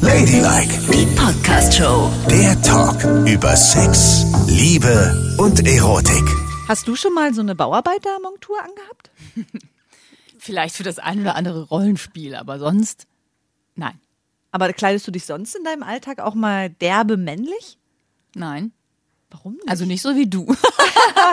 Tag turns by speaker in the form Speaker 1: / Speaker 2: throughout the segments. Speaker 1: Ladylike,
Speaker 2: Die Podcast Show.
Speaker 1: der Talk über Sex, Liebe und Erotik.
Speaker 3: Hast du schon mal so eine Bauarbeitermontur angehabt?
Speaker 4: Vielleicht für das ein oder andere Rollenspiel, aber sonst nein.
Speaker 3: Aber kleidest du dich sonst in deinem Alltag auch mal derbe männlich?
Speaker 4: Nein.
Speaker 3: Warum nicht?
Speaker 4: Also nicht so wie du.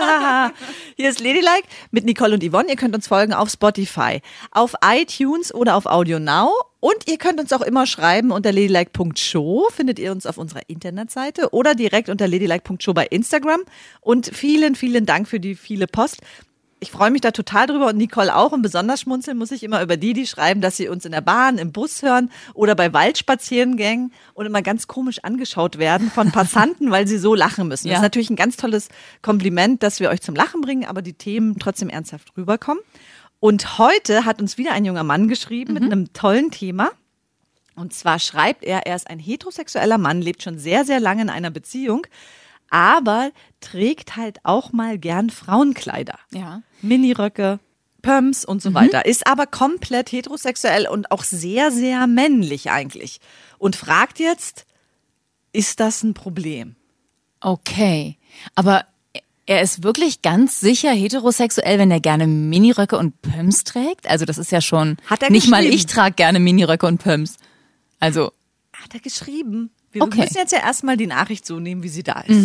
Speaker 3: Hier ist Ladylike mit Nicole und Yvonne. Ihr könnt uns folgen auf Spotify, auf iTunes oder auf Audio Now. Und ihr könnt uns auch immer schreiben unter ladylike.show, findet ihr uns auf unserer Internetseite oder direkt unter ladylike.show bei Instagram. Und vielen, vielen Dank für die viele Post. Ich freue mich da total drüber und Nicole auch. Und besonders schmunzeln muss ich immer über die, die schreiben, dass sie uns in der Bahn, im Bus hören oder bei Waldspazierengängen und immer ganz komisch angeschaut werden von Passanten, weil sie so lachen müssen. Das
Speaker 4: Ja.
Speaker 3: ist natürlich ein ganz tolles Kompliment, dass wir euch zum Lachen bringen, aber die Themen trotzdem ernsthaft rüberkommen. Und heute hat uns wieder ein junger Mann geschrieben mit einem tollen Thema. Und zwar schreibt er, er ist ein heterosexueller Mann, lebt schon sehr, sehr lange in einer Beziehung, aber trägt halt auch mal gern Frauenkleider.
Speaker 4: Ja.
Speaker 3: Miniröcke, Pumps und so weiter. Ist aber komplett heterosexuell und auch sehr, sehr männlich eigentlich. Und fragt jetzt, ist das ein Problem?
Speaker 4: Okay. Aber er ist wirklich ganz sicher heterosexuell, wenn er gerne Miniröcke und Pumps trägt. Also das ist ja schon.
Speaker 3: Hat er
Speaker 4: nicht mal ich
Speaker 3: geschrieben?
Speaker 4: trage gerne Miniröcke und Pumps. Also
Speaker 3: Hat er geschrieben. Wir
Speaker 4: Okay. Mhm.
Speaker 3: müssen jetzt ja erstmal die Nachricht so nehmen, wie sie da ist.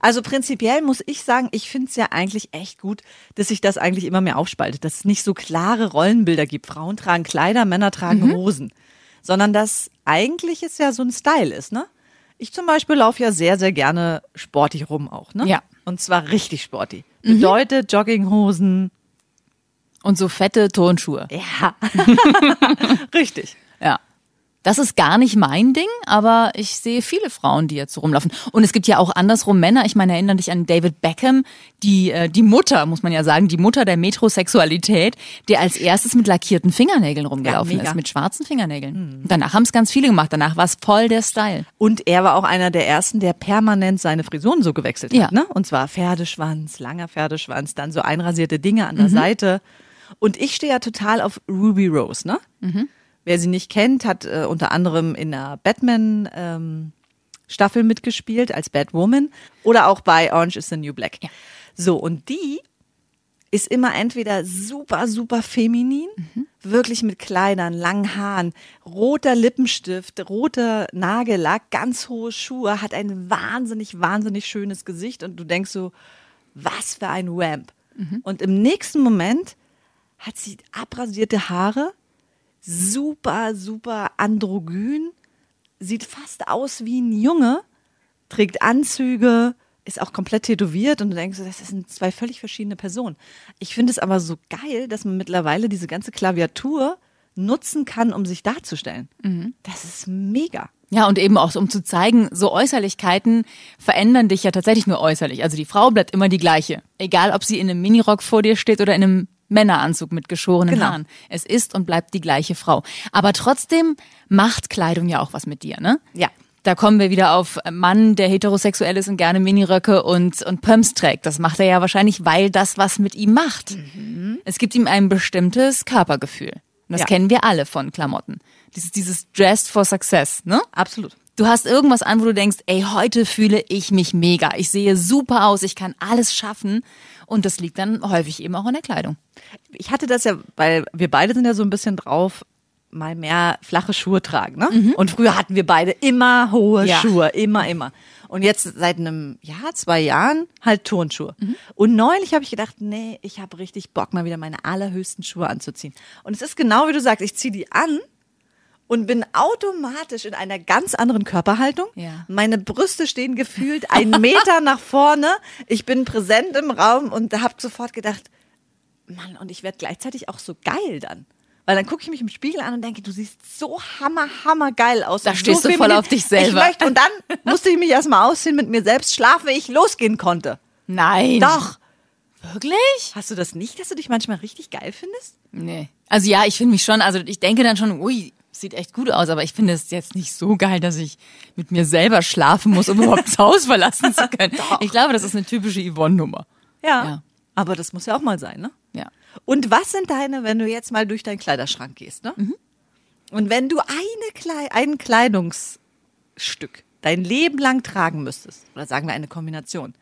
Speaker 3: Also prinzipiell muss ich sagen, ich finde es ja eigentlich echt gut, dass sich das eigentlich immer mehr aufspaltet, dass es nicht so klare Rollenbilder gibt. Frauen tragen Kleider, Männer tragen
Speaker 4: Mhm.
Speaker 3: Hosen. Sondern dass eigentlich es ja so ein Style ist, ne? Ich zum Beispiel laufe ja sehr, sehr gerne sportig rum auch, ne?
Speaker 4: Ja. Mhm.
Speaker 3: Und zwar richtig sporty. Bedeutet Jogginghosen.
Speaker 4: und so fette Turnschuhe.
Speaker 3: Ja. richtig.
Speaker 4: Ja. Das ist gar nicht mein Ding, aber ich sehe viele Frauen, die jetzt so rumlaufen. Und es gibt ja auch andersrum Männer. Ich meine, erinnere dich an David Beckham, die, äh, die Mutter, muss man ja sagen, die Mutter der Metrosexualität, der als erstes mit lackierten Fingernägeln rumgelaufen
Speaker 3: Ja, mega. Hm.
Speaker 4: ist, mit schwarzen Fingernägeln. Danach haben es ganz viele gemacht. Danach war es voll der Style.
Speaker 3: Und er war auch einer der ersten, der permanent seine Frisuren so gewechselt
Speaker 4: Ja.
Speaker 3: hat. Ne? Und zwar Pferdeschwanz, langer Pferdeschwanz, dann so einrasierte Dinge an der Seite. Und ich stehe ja total auf Ruby Rose, ne? Wer sie nicht kennt, hat äh, unter anderem in der Batman ähm, Staffel mitgespielt als Batwoman oder auch bei Orange is the New Black. So, und die ist immer entweder super, super feminin, wirklich mit Kleidern, langen Haaren, roter Lippenstift, roter Nagellack, ganz hohe Schuhe, hat ein wahnsinnig, wahnsinnig schönes Gesicht und du denkst so, was für ein Wamp. Und im nächsten Moment hat sie abrasierte Haare, super, super androgyn, sieht fast aus wie ein Junge, trägt Anzüge, ist auch komplett tätowiert und du denkst, das sind zwei völlig verschiedene Personen. Ich finde es aber so geil, dass man mittlerweile diese ganze Klaviatur nutzen kann, um sich darzustellen. Das ist mega.
Speaker 4: Ja, und eben auch, um zu zeigen, so Äußerlichkeiten verändern dich ja tatsächlich nur äußerlich. Also die Frau bleibt immer die gleiche. Egal, ob sie in einem Minirock vor dir steht oder in einem Männeranzug mit geschorenen
Speaker 3: Genau.
Speaker 4: Haaren. Es ist und bleibt die gleiche Frau. Aber trotzdem macht Kleidung ja auch was mit dir, ne?
Speaker 3: Ja.
Speaker 4: Da kommen wir wieder auf Mann, der heterosexuell ist und gerne Miniröcke und, und Pumps trägt. Das macht er ja wahrscheinlich, weil das was mit ihm macht. Es gibt ihm ein bestimmtes Körpergefühl. Und
Speaker 3: Mhm.
Speaker 4: das
Speaker 3: Ja.
Speaker 4: kennen wir alle von Klamotten. Dieses, dieses Dressed for Success, ne?
Speaker 3: Absolut.
Speaker 4: Du hast irgendwas an, wo du denkst, ey, heute fühle ich mich mega. Ich sehe super aus, ich kann alles schaffen. Und das liegt dann häufig eben auch in der Kleidung.
Speaker 3: ich hatte das ja, weil wir beide sind ja so ein bisschen drauf, mal mehr flache Schuhe tragen. Ne? Und früher hatten wir beide immer hohe
Speaker 4: Mhm. Ja.
Speaker 3: Schuhe, immer, immer. Und jetzt seit einem Jahr, zwei Jahren halt Turnschuhe.
Speaker 4: Mhm.
Speaker 3: Und neulich habe ich gedacht, nee, ich habe richtig Bock, mal wieder meine allerhöchsten Schuhe anzuziehen. Und es ist genau wie du sagst, ich ziehe die an und bin automatisch in einer ganz anderen Körperhaltung.
Speaker 4: Ja.
Speaker 3: Meine Brüste stehen gefühlt einen Meter nach vorne. Ich bin präsent im Raum und habe sofort gedacht, Mann, und ich werde gleichzeitig auch so geil dann. Weil dann gucke ich mich im Spiegel an und denke, du siehst so hammer, hammer geil aus.
Speaker 4: Da
Speaker 3: Und
Speaker 4: stehst
Speaker 3: so
Speaker 4: du voll
Speaker 3: feminin.
Speaker 4: auf dich
Speaker 3: Ich
Speaker 4: selber.
Speaker 3: möchte, und dann musste ich mich erstmal ausziehen, mit mir selbst schlafen, wie ich losgehen konnte.
Speaker 4: Nein.
Speaker 3: Doch.
Speaker 4: Wirklich?
Speaker 3: Hast du das nicht, dass du dich manchmal richtig geil findest?
Speaker 4: Nee. Also ja, ich finde mich schon, also ich denke dann schon, ui, sieht echt gut aus, aber ich finde es jetzt nicht so geil, dass ich mit mir selber schlafen muss, um überhaupt das Haus verlassen zu können. Ich glaube, das ist eine typische Yvonne-Nummer.
Speaker 3: Ja.
Speaker 4: Ja.
Speaker 3: Aber das muss ja auch mal sein, ne?
Speaker 4: Ja.
Speaker 3: Und was sind deine, wenn Mhm. du jetzt mal durch deinen Kleiderschrank gehst, ne? Und wenn du eine Kle einen Kleidungsstück Stück dein Leben lang tragen müsstest, oder sagen wir eine Kombination,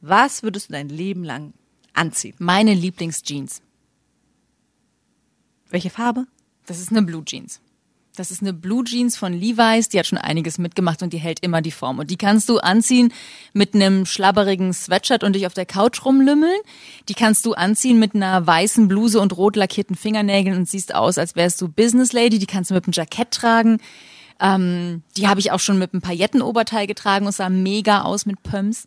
Speaker 3: was würdest du dein Leben lang anziehen?
Speaker 4: Meine Lieblingsjeans.
Speaker 3: Welche Farbe?
Speaker 4: Das ist eine Blue Jeans. Das ist eine Blue Jeans von Levi's, die hat schon einiges mitgemacht und die hält immer die Form. Und die kannst du anziehen mit einem schlabberigen Sweatshirt und dich auf der Couch rumlümmeln. Die kannst du anziehen mit einer weißen Bluse und rot lackierten Fingernägeln und siehst aus, als wärst du Business Lady. Die kannst du mit einem Jackett tragen. Ähm, die habe ich auch schon mit einem Paillettenoberteil getragen und sah mega aus mit Pumps.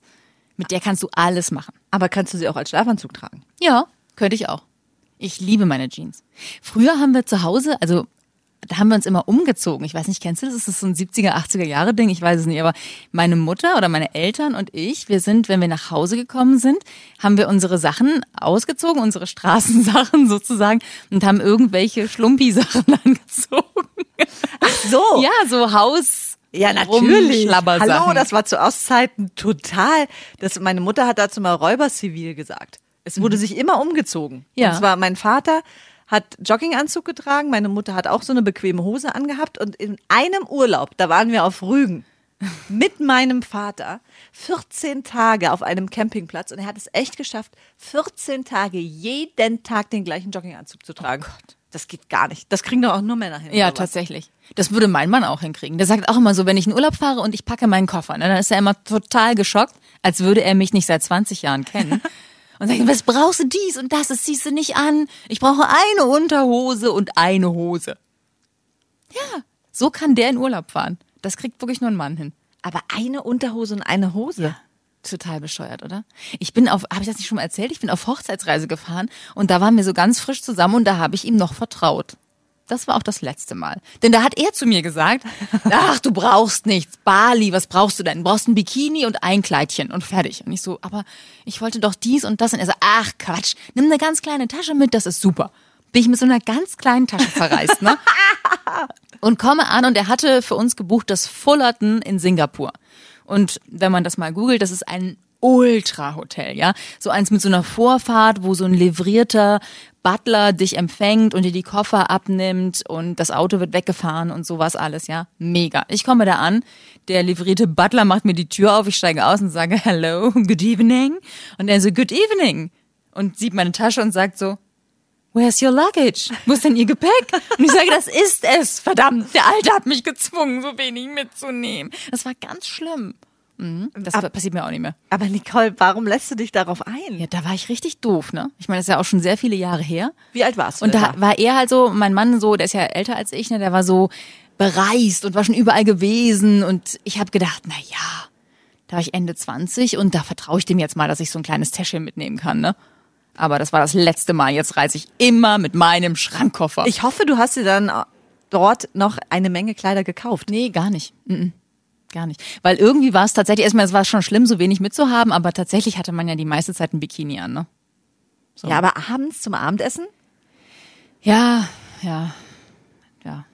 Speaker 4: Mit der kannst du alles machen.
Speaker 3: Aber kannst du sie auch als Schlafanzug tragen?
Speaker 4: Ja, könnte ich auch. Ich liebe meine Jeans. Früher haben wir zu Hause, also da haben wir uns immer umgezogen. Ich weiß nicht, kennst du das? Ist das so ein 70er, 80er Jahre Ding? Ich weiß es nicht. Aber meine Mutter oder meine Eltern und ich, wir sind, wenn wir nach Hause gekommen sind, haben wir unsere Sachen ausgezogen, unsere Straßensachen sozusagen und haben irgendwelche Schlumpi-Sachen angezogen.
Speaker 3: Ach so.
Speaker 4: Ja, so Haus.
Speaker 3: Oh. Ja, natürlich. Hallo,
Speaker 4: Rumschlabbersachen.
Speaker 3: das war zu Ostzeiten total. Das, meine Mutter hat dazu mal Räuberzivil gesagt. Es wurde sich immer umgezogen.
Speaker 4: Mhm. Ja.
Speaker 3: Und zwar mein Vater hat Jogginganzug getragen, meine Mutter hat auch so eine bequeme Hose angehabt und in einem Urlaub, da waren wir auf Rügen mit meinem Vater 14 Tage auf einem Campingplatz und er hat es echt geschafft, 14 Tage jeden Tag den gleichen Jogginganzug zu tragen. Das geht gar nicht. Das kriegen doch auch nur Männer hin.
Speaker 4: Oh Ja,
Speaker 3: sowas.
Speaker 4: tatsächlich. Das würde mein Mann auch hinkriegen. Der sagt auch immer so, wenn ich in Urlaub fahre und ich packe meinen Koffer, ne, dann ist er immer total geschockt, als würde er mich nicht seit 20 Jahren kennen. Und sagt, was brauchst du dies und das, das ziehst du nicht an. Ich brauche eine Unterhose und eine Hose. Ja, so kann der in Urlaub fahren. Das kriegt wirklich nur ein Mann hin.
Speaker 3: Aber eine Unterhose und eine Hose.
Speaker 4: Total bescheuert, oder? Ich bin auf, habe ich das nicht schon mal erzählt? Ich bin auf Hochzeitsreise gefahren und da waren wir so ganz frisch zusammen und da habe ich ihm noch vertraut. Das war auch das letzte Mal. Denn da hat er zu mir gesagt, ach, du brauchst nichts. Bali, was brauchst du denn? Du brauchst ein Bikini und ein Kleidchen und fertig. Und ich so, aber ich wollte doch dies und das. Und er so, ach Quatsch, nimm eine ganz kleine Tasche mit, das ist super. Bin ich mit so einer ganz kleinen Tasche verreist, ne? und komme an und er hatte für uns gebucht das Fullerton in Singapur. Und wenn man das mal googelt, das ist ein Ultra-Hotel, ja. So eins mit so einer Vorfahrt, wo so ein livrierter Butler dich empfängt und dir die Koffer abnimmt und das Auto wird weggefahren und sowas alles, ja. Mega. Ich komme da an, der livrierte Butler macht mir die Tür auf, ich steige aus und sage Hello, good evening. Und er so, good evening. Und sieht meine Tasche und sagt so, Where's your luggage? Wo ist denn Ihr Gepäck? Und ich sage, das ist es. Verdammt, der Alte hat mich gezwungen, so wenig mitzunehmen. Das war ganz schlimm. Mhm, das passiert mir auch nicht mehr.
Speaker 3: Aber Nicole, warum lässt du dich darauf ein?
Speaker 4: Ja, da war ich richtig doof, ne? Ich meine, das ist ja auch schon sehr viele Jahre her.
Speaker 3: Wie alt warst du?
Speaker 4: Und
Speaker 3: denn
Speaker 4: da war er halt so, mein Mann so, der ist ja älter als ich, ne, der war so bereist und war schon überall gewesen und ich habe gedacht, na ja, da war ich Ende 20 und da vertraue ich dem jetzt mal, dass ich so ein kleines Täschchen mitnehmen kann, ne? Aber das war das letzte Mal. Jetzt reise ich immer mit meinem Schrankkoffer.
Speaker 3: Ich hoffe, du hast dir dann dort noch eine Menge Kleider gekauft.
Speaker 4: Nee, gar nicht. Mhm. Gar nicht. Weil irgendwie war es tatsächlich, erstmal, es war schon schlimm, so wenig mitzuhaben, aber tatsächlich hatte man ja die meiste Zeit ein Bikini an, ne?
Speaker 3: Ja, aber abends zum Abendessen?
Speaker 4: Ja, ja, ja.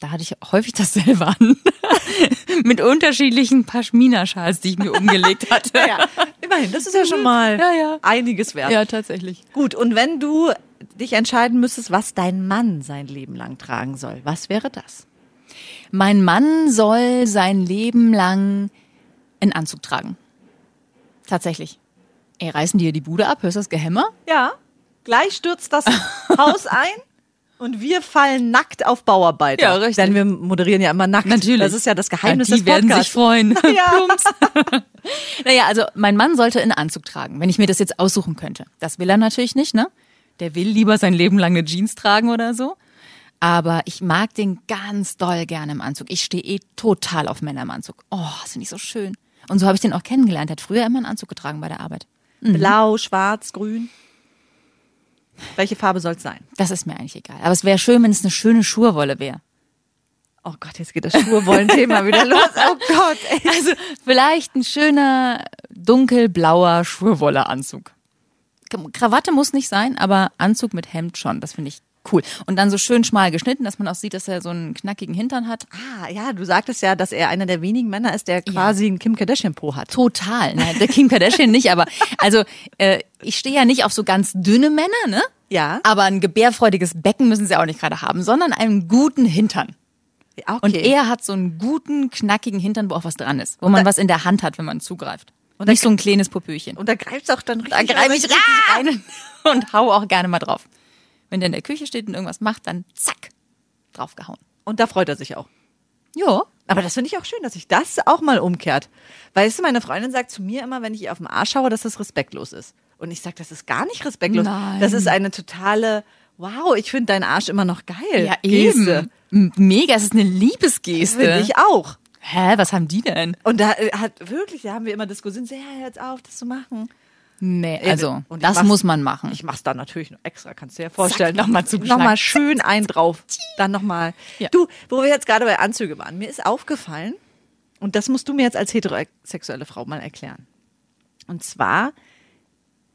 Speaker 4: Da hatte ich häufig dasselbe an. Mit unterschiedlichen Paschmina-Schals, die ich mir umgelegt hatte.
Speaker 3: Ja, immerhin, das ist ja schon mal
Speaker 4: Ja, ja.
Speaker 3: einiges wert.
Speaker 4: ja, tatsächlich.
Speaker 3: Gut, und wenn du dich entscheiden müsstest, was dein Mann sein Leben lang tragen soll, was wäre das?
Speaker 4: Mein Mann soll sein Leben lang einen Anzug tragen. Tatsächlich. Ey, reißen dir die Bude ab? Hörst du das Gehämmer?
Speaker 3: Ja, gleich stürzt das Haus ein und wir fallen nackt auf Bauarbeit.
Speaker 4: Ja, richtig.
Speaker 3: Denn wir moderieren ja immer nackt.
Speaker 4: Natürlich.
Speaker 3: Das ist ja das Geheimnis
Speaker 4: Ja, die
Speaker 3: des
Speaker 4: werden
Speaker 3: Podcasts.
Speaker 4: sich freuen.
Speaker 3: Ja.
Speaker 4: Plumps. naja, also mein Mann sollte einen Anzug tragen, wenn ich mir das jetzt aussuchen könnte. Das will er natürlich nicht, ne? Der will lieber sein Leben lang eine Jeans tragen oder so. Aber ich mag den ganz doll gerne im Anzug. Ich stehe eh total auf Männer im Anzug. Oh, das finde ich so schön. Und so habe ich den auch kennengelernt. Er hat früher immer einen Anzug getragen bei der Arbeit.
Speaker 3: Blau, schwarz, grün. Welche Farbe soll es sein?
Speaker 4: Das ist mir eigentlich egal. Aber es wäre schön, wenn es eine schöne Schurwolle wäre.
Speaker 3: Oh Gott, jetzt geht das Schwurwollen-Thema wieder los. Oh Gott, ey.
Speaker 4: Also vielleicht ein schöner dunkelblauer Schurwolle-Anzug. Krawatte muss nicht sein, aber Anzug mit Hemd schon. Das finde ich cool. Und dann so schön schmal geschnitten, dass man auch sieht, dass er so einen knackigen Hintern hat.
Speaker 3: Ah, ja, du sagtest ja, dass er einer der wenigen Männer ist, der quasi einen Kim Kardashian-Po hat.
Speaker 4: Total. Nein, der Kim Kardashian nicht, aber also äh, ich stehe ja nicht auf so ganz dünne Männer, ne?
Speaker 3: Ja.
Speaker 4: Aber ein gebärfreudiges Becken müssen sie auch nicht gerade haben, sondern einen guten Hintern.
Speaker 3: Okay.
Speaker 4: Und er hat so einen guten, knackigen Hintern, wo auch was dran ist. Wo man was in der Hand hat, wenn man zugreift. Nicht so ein kleines Popöchen.
Speaker 3: Und da greifst du auch dann
Speaker 4: Da
Speaker 3: richtig.
Speaker 4: greife ich richtig rein und hau auch gerne mal drauf. Wenn der in der Küche steht und irgendwas macht, dann zack, draufgehauen.
Speaker 3: Und da freut er sich auch.
Speaker 4: Ja.
Speaker 3: Aber das finde ich auch schön, dass sich das auch mal umkehrt. Weißt du, meine Freundin sagt zu mir immer, wenn ich ihr auf den Arsch schaue, dass das respektlos ist. Und ich sage, das ist gar nicht respektlos.
Speaker 4: Nein.
Speaker 3: Das ist eine totale, wow, ich finde deinen Arsch immer noch geil.
Speaker 4: Ja,
Speaker 3: Geste.
Speaker 4: eben. M- Mega, es ist eine
Speaker 3: Finde
Speaker 4: Liebesgeste.
Speaker 3: ich auch.
Speaker 4: Hä, was haben die denn?
Speaker 3: Und da äh, hat wirklich, da haben wir immer Diskussionen, so, ja, hör jetzt auf, das zu machen.
Speaker 4: Nee,
Speaker 3: Ja,
Speaker 4: also,
Speaker 3: und ich
Speaker 4: das
Speaker 3: mach's-
Speaker 4: muss man machen.
Speaker 3: Ich mach's dann natürlich noch extra, kannst du dir vorstellen.
Speaker 4: noch mal zum
Speaker 3: Nochmal
Speaker 4: Schlag.
Speaker 3: schön einen drauf. Dann nochmal.
Speaker 4: Ja.
Speaker 3: Du, wo wir jetzt gerade bei Anzüge waren, mir ist aufgefallen, und das musst du mir jetzt als heterosexuelle Frau mal erklären. Und zwar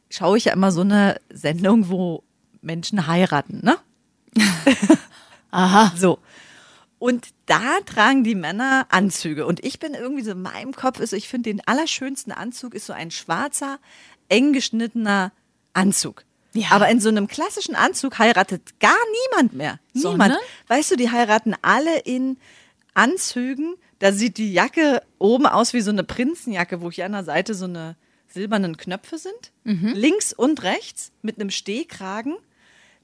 Speaker 3: schaue ich ja immer so eine Sendung, wo Menschen heiraten, ne?
Speaker 4: Aha.
Speaker 3: So. Und da tragen die Männer Anzüge. Und ich bin irgendwie so in meinem Kopf, ist, so, ich finde den allerschönsten Anzug ist so ein schwarzer, eng geschnittener Anzug.
Speaker 4: Ja.
Speaker 3: Aber in so einem klassischen Anzug heiratet gar niemand mehr. Niemand.
Speaker 4: Sondern?
Speaker 3: Weißt du, die heiraten alle in Anzügen. Da sieht die Jacke oben aus wie so eine Prinzenjacke, wo hier an der Seite so eine silbernen Knöpfe sind. Links und rechts mit einem Stehkragen.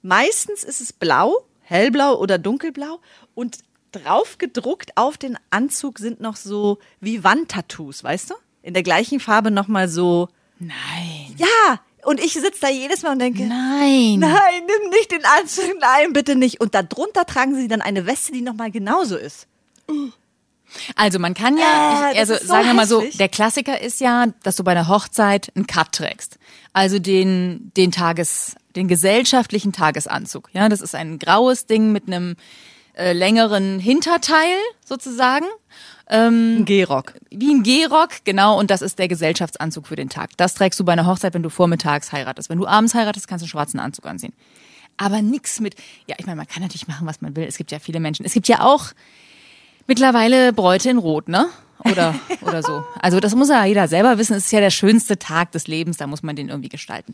Speaker 3: Meistens ist es blau, hellblau oder dunkelblau und drauf gedruckt auf den Anzug sind noch so wie Wandtattoos, weißt du? In der gleichen Farbe nochmal so,
Speaker 4: Nein.
Speaker 3: ja! Und ich sitze da jedes Mal und denke,
Speaker 4: Nein.
Speaker 3: Nein, nimm nicht den Anzug, nein, bitte nicht. Und darunter tragen sie dann eine Weste, die nochmal genauso ist.
Speaker 4: Also man kann
Speaker 3: Äh,
Speaker 4: ja,
Speaker 3: das
Speaker 4: ich, also
Speaker 3: ist so
Speaker 4: sagen wir mal so,
Speaker 3: hässlich.
Speaker 4: der Klassiker ist ja, dass du bei einer Hochzeit einen Cut trägst. Also den, den Tages, den gesellschaftlichen Tagesanzug. Ja, das ist ein graues Ding mit einem äh, längeren Hinterteil sozusagen. Ähm,
Speaker 3: Ein Gehrock.
Speaker 4: wie ein Gehrock, genau, und das ist der Gesellschaftsanzug für den Tag. Das trägst du bei einer Hochzeit, wenn du vormittags heiratest. Wenn du abends heiratest, kannst du einen schwarzen Anzug anziehen. Aber nix mit, ja, ich meine, man kann natürlich machen, was man will. Es gibt ja viele Menschen. Es gibt ja auch mittlerweile Bräute in Rot, ne? Oder, oder so. Also das muss ja jeder selber wissen. Es ist ja der schönste Tag des Lebens, da muss man den irgendwie gestalten.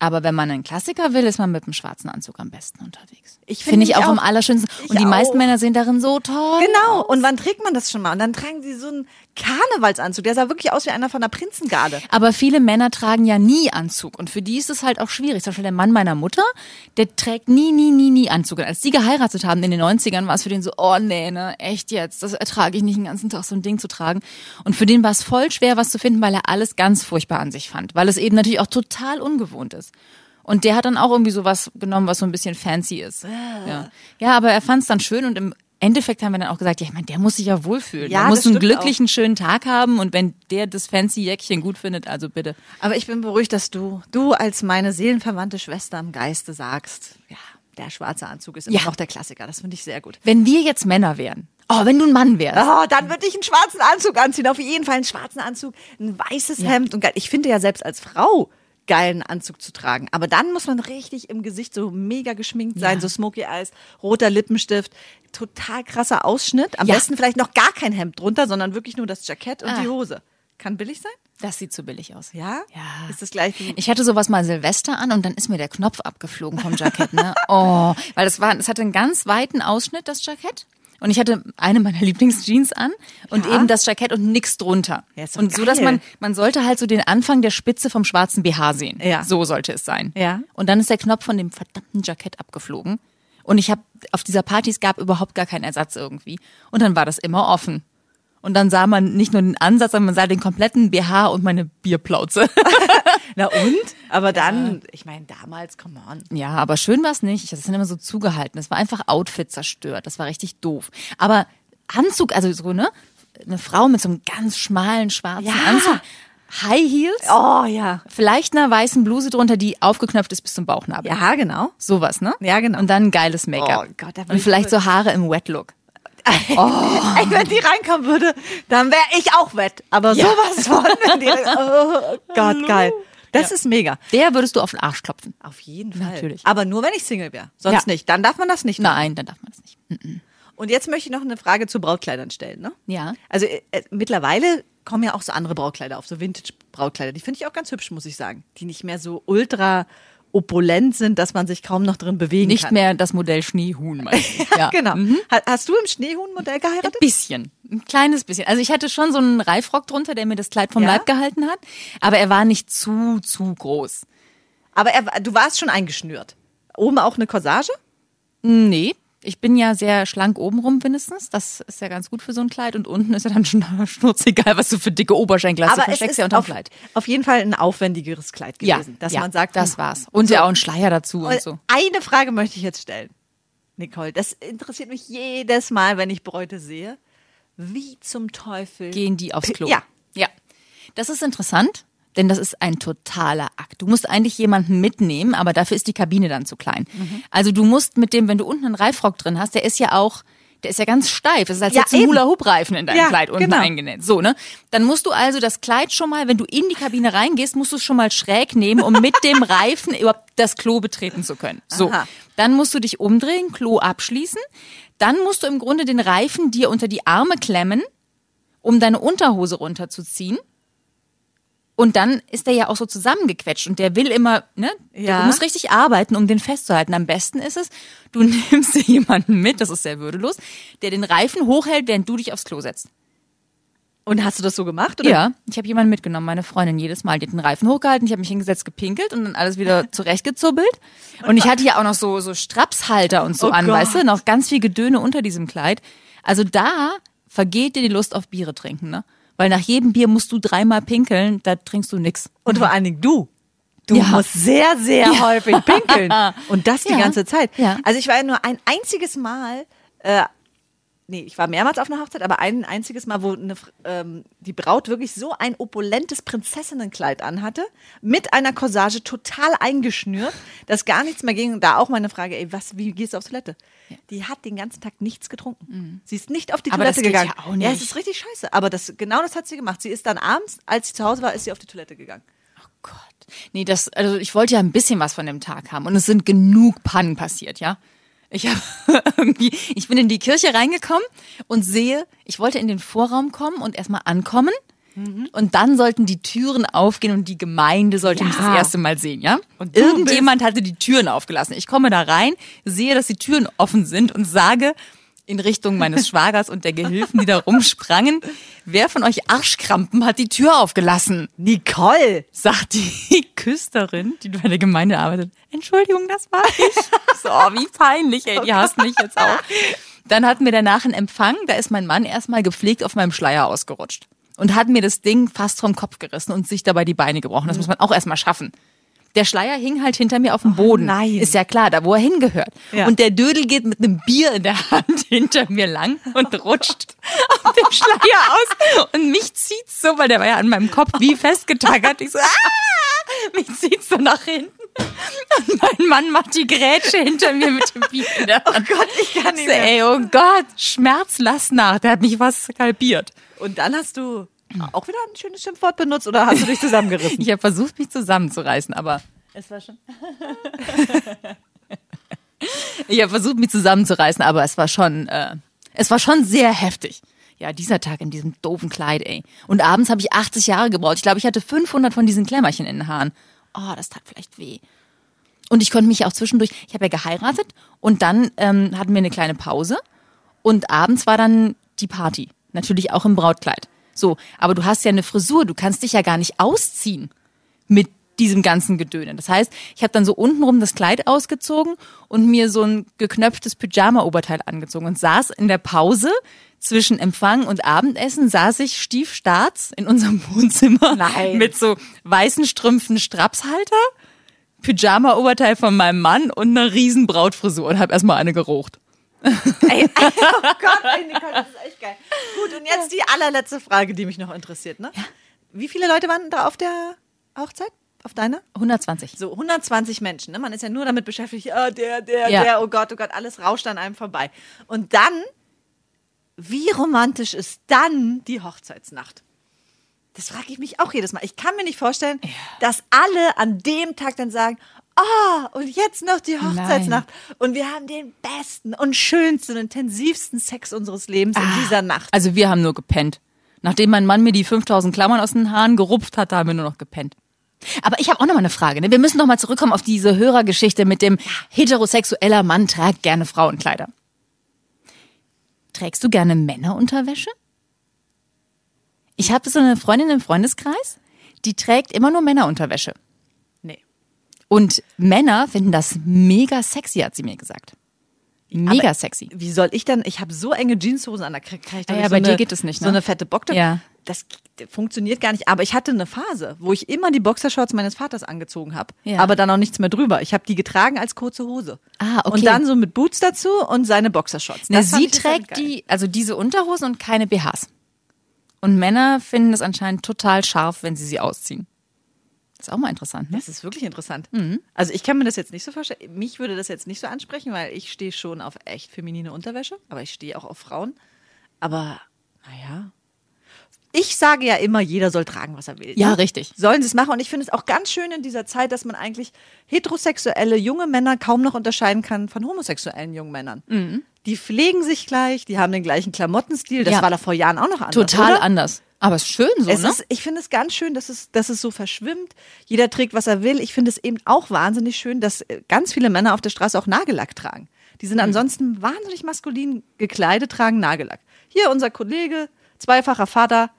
Speaker 4: Aber wenn man einen Klassiker will, ist man mit einem schwarzen Anzug am besten unterwegs.
Speaker 3: Ich
Speaker 4: Finde
Speaker 3: finde
Speaker 4: ich
Speaker 3: ich
Speaker 4: auch, am
Speaker 3: auch.
Speaker 4: allerschönsten.
Speaker 3: Ich
Speaker 4: Und die meisten
Speaker 3: auch.
Speaker 4: Männer sehen darin so toll.
Speaker 3: Genau, und wann trägt man das schon mal? Und dann tragen sie so einen Karnevalsanzug, der sah wirklich aus wie einer von der Prinzengarde.
Speaker 4: Aber viele Männer tragen ja nie Anzug. Und für die ist es halt auch schwierig. Zum Beispiel der Mann meiner Mutter, der trägt nie, nie, nie, nie Anzug. Und als die geheiratet haben in den 90ern, war es für den so, oh nee, ne, echt jetzt, das ertrage ich nicht den ganzen Tag, so ein Ding zu tragen. Und für den war es voll schwer, was zu finden, weil er alles ganz furchtbar an sich fand. Weil es eben natürlich auch total ungewohnt ist. Und der hat dann auch irgendwie sowas genommen, was so ein bisschen fancy ist.
Speaker 3: Ah.
Speaker 4: Ja, ja aber er fand es dann schön und im Endeffekt haben wir dann auch gesagt, ja, ich meine, der muss sich ja wohlfühlen.
Speaker 3: Ja,
Speaker 4: der muss
Speaker 3: das
Speaker 4: einen
Speaker 3: stimmt auch.
Speaker 4: glücklichen, schönen Tag haben und wenn der das fancy Jäckchen gut findet, also bitte.
Speaker 3: Aber ich bin beruhigt, dass du, du als meine seelenverwandte Schwester im Geiste sagst, ja, der schwarze Anzug ist immer
Speaker 4: Ja.
Speaker 3: noch der Klassiker. Das finde ich sehr gut.
Speaker 4: Wenn wir jetzt Männer wären. Oh, wenn du ein Mann wärst.
Speaker 3: Oh, dann würde ich einen schwarzen Anzug anziehen. Auf jeden Fall einen schwarzen Anzug, ein weißes Hemd und geil. Ich finde ja selbst als Frau geil, einen Anzug zu tragen. Aber dann muss man richtig im Gesicht so mega geschminkt sein, so Smoky Eyes, roter Lippenstift, total krasser Ausschnitt. Am
Speaker 4: Ja.
Speaker 3: besten vielleicht noch gar kein Hemd drunter, sondern wirklich nur das Jackett und
Speaker 4: Ah.
Speaker 3: die Hose. Kann billig sein?
Speaker 4: Das sieht zu billig aus.
Speaker 3: Ja?
Speaker 4: Ja.
Speaker 3: Ist das gleich wie-
Speaker 4: Ich hatte sowas mal Silvester an und dann ist mir der Knopf abgeflogen vom Jackett, ne? Oh, weil das war, es hatte einen ganz weiten Ausschnitt, das Jackett. Und ich hatte eine meiner Lieblingsjeans an und
Speaker 3: Ja.
Speaker 4: eben das Jackett und nix drunter.
Speaker 3: Ja, ist doch
Speaker 4: und so, dass
Speaker 3: geil.
Speaker 4: man, man sollte halt so den Anfang der Spitze vom schwarzen BH sehen.
Speaker 3: Ja.
Speaker 4: So sollte es sein.
Speaker 3: Ja.
Speaker 4: Und dann ist der Knopf von dem verdammten Jackett abgeflogen. Und ich habe auf dieser Party, es gab überhaupt gar keinen Ersatz irgendwie. Und dann war das immer offen. Und dann sah man nicht nur den Ansatz, sondern man sah den kompletten BH und meine Bierplauze.
Speaker 3: Na und? Aber dann, ich meine, damals, come on.
Speaker 4: Ja, aber schön war es nicht. Ich hatte es dann immer so zugehalten. Das war einfach Outfit zerstört. Das war richtig doof. Aber Anzug, also so, ne? Eine Frau mit so einem ganz schmalen schwarzen
Speaker 3: Ja.
Speaker 4: Anzug. High Heels,
Speaker 3: Oh ja.
Speaker 4: vielleicht einer weißen Bluse drunter, die aufgeknöpft ist bis zum Bauchnabel.
Speaker 3: Ja, genau.
Speaker 4: Sowas, ne?
Speaker 3: Ja, genau.
Speaker 4: Und dann geiles Make-up.
Speaker 3: Oh Gott, da bin
Speaker 4: Und
Speaker 3: ich
Speaker 4: vielleicht so Haare im Wet-Look.
Speaker 3: Ey, wenn die reinkommen würde, dann wäre ich auch wett. Aber
Speaker 4: Ja.
Speaker 3: sowas von. Wenn die, oh Gott, geil. Das ist mega.
Speaker 4: Der würdest du auf den Arsch klopfen.
Speaker 3: Auf jeden Fall.
Speaker 4: Natürlich.
Speaker 3: Aber nur, wenn ich Single wäre. Sonst
Speaker 4: Ja.
Speaker 3: nicht. Dann darf man das nicht.
Speaker 4: Nein, dann darf man das nicht.
Speaker 3: Und jetzt möchte ich noch eine Frage zu Brautkleidern stellen. Ne?
Speaker 4: Ja.
Speaker 3: Also äh, äh, mittlerweile kommen ja auch so andere Brautkleider auf, so Vintage-Brautkleider. Die finde ich auch ganz hübsch, muss ich sagen. Die nicht mehr so ultra opulent sind, dass man sich kaum noch drin bewegen
Speaker 4: Nicht
Speaker 3: kann.
Speaker 4: mehr das Modell Schneehuhn, meine ich. Ja,
Speaker 3: Genau.
Speaker 4: Mhm.
Speaker 3: Ha- Hast du im Schneehuhn-Modell
Speaker 4: Ein
Speaker 3: geheiratet?
Speaker 4: bisschen, ein kleines bisschen. Also ich hatte schon so einen Reifrock drunter, der mir das Kleid vom
Speaker 3: Ja?
Speaker 4: Leib gehalten hat, aber er war nicht zu, zu groß.
Speaker 3: Aber er, war- du warst schon eingeschnürt. Oben auch eine Corsage?
Speaker 4: Nee, ich bin ja sehr schlank obenrum mindestens. Das ist ja ganz gut für so ein Kleid. Und unten ist ja dann schon schnurzegal, was du für dicke Oberschenkel hast. du versteckst ja unterm
Speaker 3: auf,
Speaker 4: Kleid.
Speaker 3: auf jeden Fall ein aufwendigeres Kleid
Speaker 4: Ja,
Speaker 3: gewesen, dass
Speaker 4: ja,
Speaker 3: man sagt,
Speaker 4: das
Speaker 3: hm,
Speaker 4: war's. Und ja auch ein Schleier dazu und so.
Speaker 3: Eine Frage möchte ich jetzt stellen, Nicole. Das interessiert mich jedes Mal, wenn ich Bräute sehe. Wie zum Teufel
Speaker 4: Gehen die aufs Klo?
Speaker 3: Ja.
Speaker 4: Ja. Das ist interessant, denn das ist ein totaler Akt. Du musst eigentlich jemanden mitnehmen, aber dafür ist die Kabine dann zu klein.
Speaker 3: Mhm.
Speaker 4: Also du musst mit dem, wenn du unten einen Reifrock drin hast, der ist ja auch, der ist ja ganz steif. Es ist als
Speaker 3: Ja,
Speaker 4: hättest du einen
Speaker 3: eben.
Speaker 4: Hula-Hoop-Reifen in deinem
Speaker 3: Ja,
Speaker 4: Kleid unten
Speaker 3: genau.
Speaker 4: eingenäht. So, ne? Dann musst du also das Kleid schon mal, wenn du in die Kabine reingehst, musst du es schon mal schräg nehmen, um mit dem Reifen überhaupt das Klo betreten zu können. So.
Speaker 3: Aha.
Speaker 4: Dann musst du dich umdrehen, Klo abschließen. Dann musst du im Grunde den Reifen dir unter die Arme klemmen, um deine Unterhose runterzuziehen. Und dann ist der ja auch so zusammengequetscht und der will immer, ne?
Speaker 3: Ja.
Speaker 4: Du musst richtig arbeiten, um den festzuhalten. Am besten ist es, du nimmst dir jemanden mit, das ist sehr würdelos, der den Reifen hochhält, während du dich aufs Klo setzt.
Speaker 3: Und hast du das so gemacht? Oder?
Speaker 4: Ja, ich habe jemanden mitgenommen, meine Freundin jedes Mal. Die hat den Reifen hochgehalten, ich habe mich hingesetzt, gepinkelt und dann alles wieder zurechtgezubbelt. Und ich hatte ja auch noch so, so Strapshalter und so
Speaker 3: Oh
Speaker 4: an,
Speaker 3: Gott.
Speaker 4: weißt du? Noch ganz viel Gedöne unter diesem Kleid. Also da vergeht dir die Lust auf Biere trinken, ne? Weil nach jedem Bier musst du dreimal pinkeln, da trinkst du nix.
Speaker 3: Und vor allen Dingen du. Du
Speaker 4: Ja.
Speaker 3: musst sehr, sehr häufig pinkeln. Und das die
Speaker 4: Ja.
Speaker 3: ganze Zeit.
Speaker 4: Ja.
Speaker 3: Also ich war ja nur ein einziges Mal, äh, nee, ich war mehrmals auf einer Hochzeit, aber ein einziges Mal, wo eine, Fr- ähm, die Braut wirklich so ein opulentes Prinzessinnenkleid anhatte, mit einer Corsage total eingeschnürt, dass gar nichts mehr ging. Und Da auch meine Frage, ey, was, wie gehst du auf Toilette? Die hat den ganzen Tag nichts getrunken. Sie ist nicht auf die
Speaker 4: Mhm. Aber das
Speaker 3: Toilette
Speaker 4: geht
Speaker 3: gegangen.
Speaker 4: ja auch nicht.
Speaker 3: Ja, es ist richtig scheiße. Aber das, genau das hat sie gemacht. Sie ist dann abends, als sie zu Hause war, ist sie auf die Toilette gegangen.
Speaker 4: Gott. Nee, das, also ich wollte ja ein bisschen was von dem Tag haben und es sind genug Pannen passiert, ja. Ich habe irgendwie, ich bin in die Kirche reingekommen und sehe, ich wollte in den Vorraum kommen und erstmal ankommen.
Speaker 3: Mhm.
Speaker 4: Und dann sollten die Türen aufgehen und die Gemeinde sollte mich das
Speaker 3: Ja.
Speaker 4: erste Mal sehen, ja?
Speaker 3: Und du
Speaker 4: Irgendjemand hatte die Türen aufgelassen. Ich komme da rein, sehe, dass die Türen offen sind und sage in Richtung meines Schwagers und der Gehilfen, die da rumsprangen, wer von euch Arschkrampen hat die Tür aufgelassen?
Speaker 3: Nicole!
Speaker 4: sagt die Küsterin, die bei der Gemeinde arbeitet, Entschuldigung, das war ich. So, oh, wie peinlich, ey, die hasst mich jetzt auch. Dann hatten wir danach einen Empfang, da ist mein Mann erstmal gepflegt auf meinem Schleier ausgerutscht und hat mir das Ding fast vom Kopf gerissen und sich dabei die Beine gebrochen. Das muss man auch erstmal schaffen. Der Schleier hing halt hinter mir auf dem Boden.
Speaker 3: Oh nein.
Speaker 4: Ist ja klar, da wo er hingehört.
Speaker 3: Ja.
Speaker 4: Und der Dödel geht mit einem Bier in der Hand hinter mir lang und rutscht auf dem Schleier aus. Und mich zieht's so, weil der war ja an meinem Kopf wie festgetackert. Ich so, ah! Mich zieht's so nach hinten. Und mein Mann macht die Grätsche hinter mir mit dem Bier in der Hand. Oh Gott,
Speaker 3: ich kann nicht mehr.
Speaker 4: Ey, oh Gott, Schmerz, lass nach. Der hat mich was skalpiert.
Speaker 3: Und dann hast du auch wieder ein schönes Schimpfwort benutzt oder hast du dich zusammengerissen?
Speaker 4: Ich habe versucht, mich zusammenzureißen, aber
Speaker 3: es war schon.
Speaker 4: Ich habe versucht, mich zusammenzureißen, aber es war schon, äh, es war schon sehr heftig. Ja, dieser Tag in diesem doofen Kleid, ey. Und abends habe ich 80 Jahre gebraucht. Ich glaube, ich hatte 500 von diesen Klemmerchen in den Haaren. Oh, das tat vielleicht weh. Und ich konnte mich auch zwischendurch, ich habe ja geheiratet und dann ähm, hatten wir eine kleine Pause und abends war dann die Party. Natürlich auch im Brautkleid. So, aber du hast ja eine Frisur, du kannst dich ja gar nicht ausziehen mit diesem ganzen Gedöne. Das heißt, ich habe dann so untenrum das Kleid ausgezogen und mir so ein geknöpftes Pyjama-Oberteil angezogen und saß in der Pause zwischen Empfang und Abendessen, saß ich stiefstarz in unserem Wohnzimmer
Speaker 3: Nein.
Speaker 4: mit so weißen Strümpfen Strapshalter, Pyjama-Oberteil von meinem Mann und einer riesen Brautfrisur und habe erstmal eine gerocht.
Speaker 3: Ey, oh Gott, ey, Nicole, das ist echt geil. Gut, und jetzt die allerletzte Frage, die mich noch interessiert. Ne? Wie viele Leute waren da auf der Hochzeit? Auf deiner?
Speaker 4: 120.
Speaker 3: So 120 Menschen. Ne? Man ist ja nur damit beschäftigt, ah, der, der,
Speaker 4: Ja.
Speaker 3: der, oh Gott, oh Gott, alles rauscht an einem vorbei. Und dann, wie romantisch ist dann die Hochzeitsnacht? Das frage ich mich auch jedes Mal. Ich kann mir nicht vorstellen, dass alle an dem Tag dann sagen, ah, und jetzt noch die Hochzeitsnacht. Und wir haben den besten und schönsten und intensivsten Sex unseres Lebens in dieser Nacht.
Speaker 4: Also wir haben nur gepennt. Nachdem mein Mann mir die 5000 Klammern aus den Haaren gerupft hat, da haben wir nur noch gepennt. Aber ich habe auch noch mal eine Frage. Ne? Wir müssen noch mal zurückkommen auf diese Hörergeschichte mit dem heterosexueller Mann trägt gerne Frauenkleider. Trägst du gerne Männerunterwäsche? Ich habe so eine Freundin im Freundeskreis, die trägt immer nur Männerunterwäsche.
Speaker 3: Nee.
Speaker 4: Und Männer finden das mega sexy, hat sie mir gesagt. Mega sexy.
Speaker 3: Wie soll ich denn? Ich habe so enge Jeanshosen an, da krieg, kann ich doch
Speaker 4: Ah ja,
Speaker 3: nicht so
Speaker 4: bei dir
Speaker 3: eine,
Speaker 4: geht es nicht, ne?
Speaker 3: So eine fette Bockte.
Speaker 4: Ja.
Speaker 3: Das g- funktioniert gar nicht. Aber ich hatte eine Phase, wo ich immer die Boxershorts meines Vaters angezogen habe,
Speaker 4: Ja.
Speaker 3: aber dann auch nichts mehr drüber. Ich habe die getragen als kurze Hose.
Speaker 4: Ah, okay.
Speaker 3: Und dann so mit Boots dazu und seine Boxershorts.
Speaker 4: Ne,
Speaker 3: Das fand
Speaker 4: sie
Speaker 3: ich total
Speaker 4: trägt
Speaker 3: geil.
Speaker 4: die, also diese Unterhosen und keine BHs. Und Männer finden es anscheinend total scharf, wenn sie sie ausziehen. Ist auch mal interessant, ne? Mhm.
Speaker 3: Das ist wirklich interessant. Also ich kann mir das jetzt nicht so vorstellen. Mich würde das jetzt nicht so ansprechen, weil ich stehe schon auf echt feminine Unterwäsche, aber ich stehe auch auf Frauen. Aber naja. Ich sage ja immer, jeder soll tragen, was er will.
Speaker 4: Ja, richtig.
Speaker 3: Sollen sie es machen. Und ich finde es auch ganz schön in dieser Zeit, dass man eigentlich heterosexuelle junge Männer kaum noch unterscheiden kann von homosexuellen jungen Männern. Die pflegen sich gleich, die haben den gleichen Klamottenstil. Das
Speaker 4: Mhm. Ja.
Speaker 3: war da vor Jahren auch noch anders.
Speaker 4: Total
Speaker 3: oder?
Speaker 4: anders. Aber es ist schön so,
Speaker 3: Es
Speaker 4: ne?
Speaker 3: ist, ich finde es ganz schön, dass es, dass es so verschwimmt. Jeder trägt, was er will. Ich finde es eben auch wahnsinnig schön, dass äh, ganz viele Männer auf der Straße auch Nagellack tragen. Die
Speaker 4: Mhm.
Speaker 3: sind ansonsten wahnsinnig maskulin gekleidet, tragen Nagellack. Hier unser Kollege, zweifacher Vater,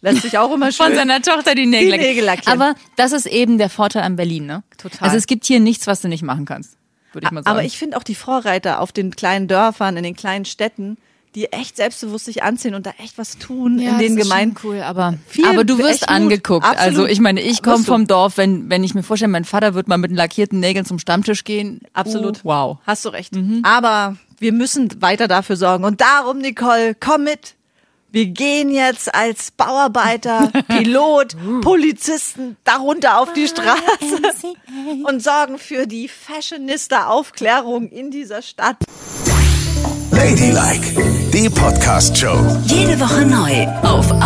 Speaker 3: lässt sich auch immer schön.
Speaker 4: Von seiner Tochter die
Speaker 3: Die
Speaker 4: Nägel,
Speaker 3: Nägel lackieren.
Speaker 4: Aber das ist eben der Vorteil an Berlin, ne?
Speaker 3: Total.
Speaker 4: Also es gibt hier nichts, was du nicht machen kannst, würde ich mal sagen.
Speaker 3: Aber ich finde auch die Vorreiter auf den kleinen Dörfern, in den kleinen Städten, die echt selbstbewusst sich anziehen und da echt was tun in den Gemeinden.
Speaker 4: cool, aber
Speaker 3: Viel-
Speaker 4: aber du
Speaker 3: echt
Speaker 4: wirst
Speaker 3: gut.
Speaker 4: angeguckt. Also
Speaker 3: Absolut.
Speaker 4: ich meine, ich komme
Speaker 3: Wirst du.
Speaker 4: vom Dorf, wenn wenn ich mir vorstelle, mein Vater wird mal mit den lackierten Nägeln zum Stammtisch gehen.
Speaker 3: Absolut.
Speaker 4: Uh, wow. Mhm.
Speaker 3: Hast du recht. Aber wir müssen weiter dafür sorgen. Und darum, Nicole, komm mit. Wir gehen jetzt als Bauarbeiter, Pilot,
Speaker 4: Uh.
Speaker 3: Polizisten darunter auf die Straße und sorgen für die Fashionista-Aufklärung in dieser Stadt.
Speaker 1: Ladylike, die Podcast-Show.
Speaker 2: Jede Woche neu auf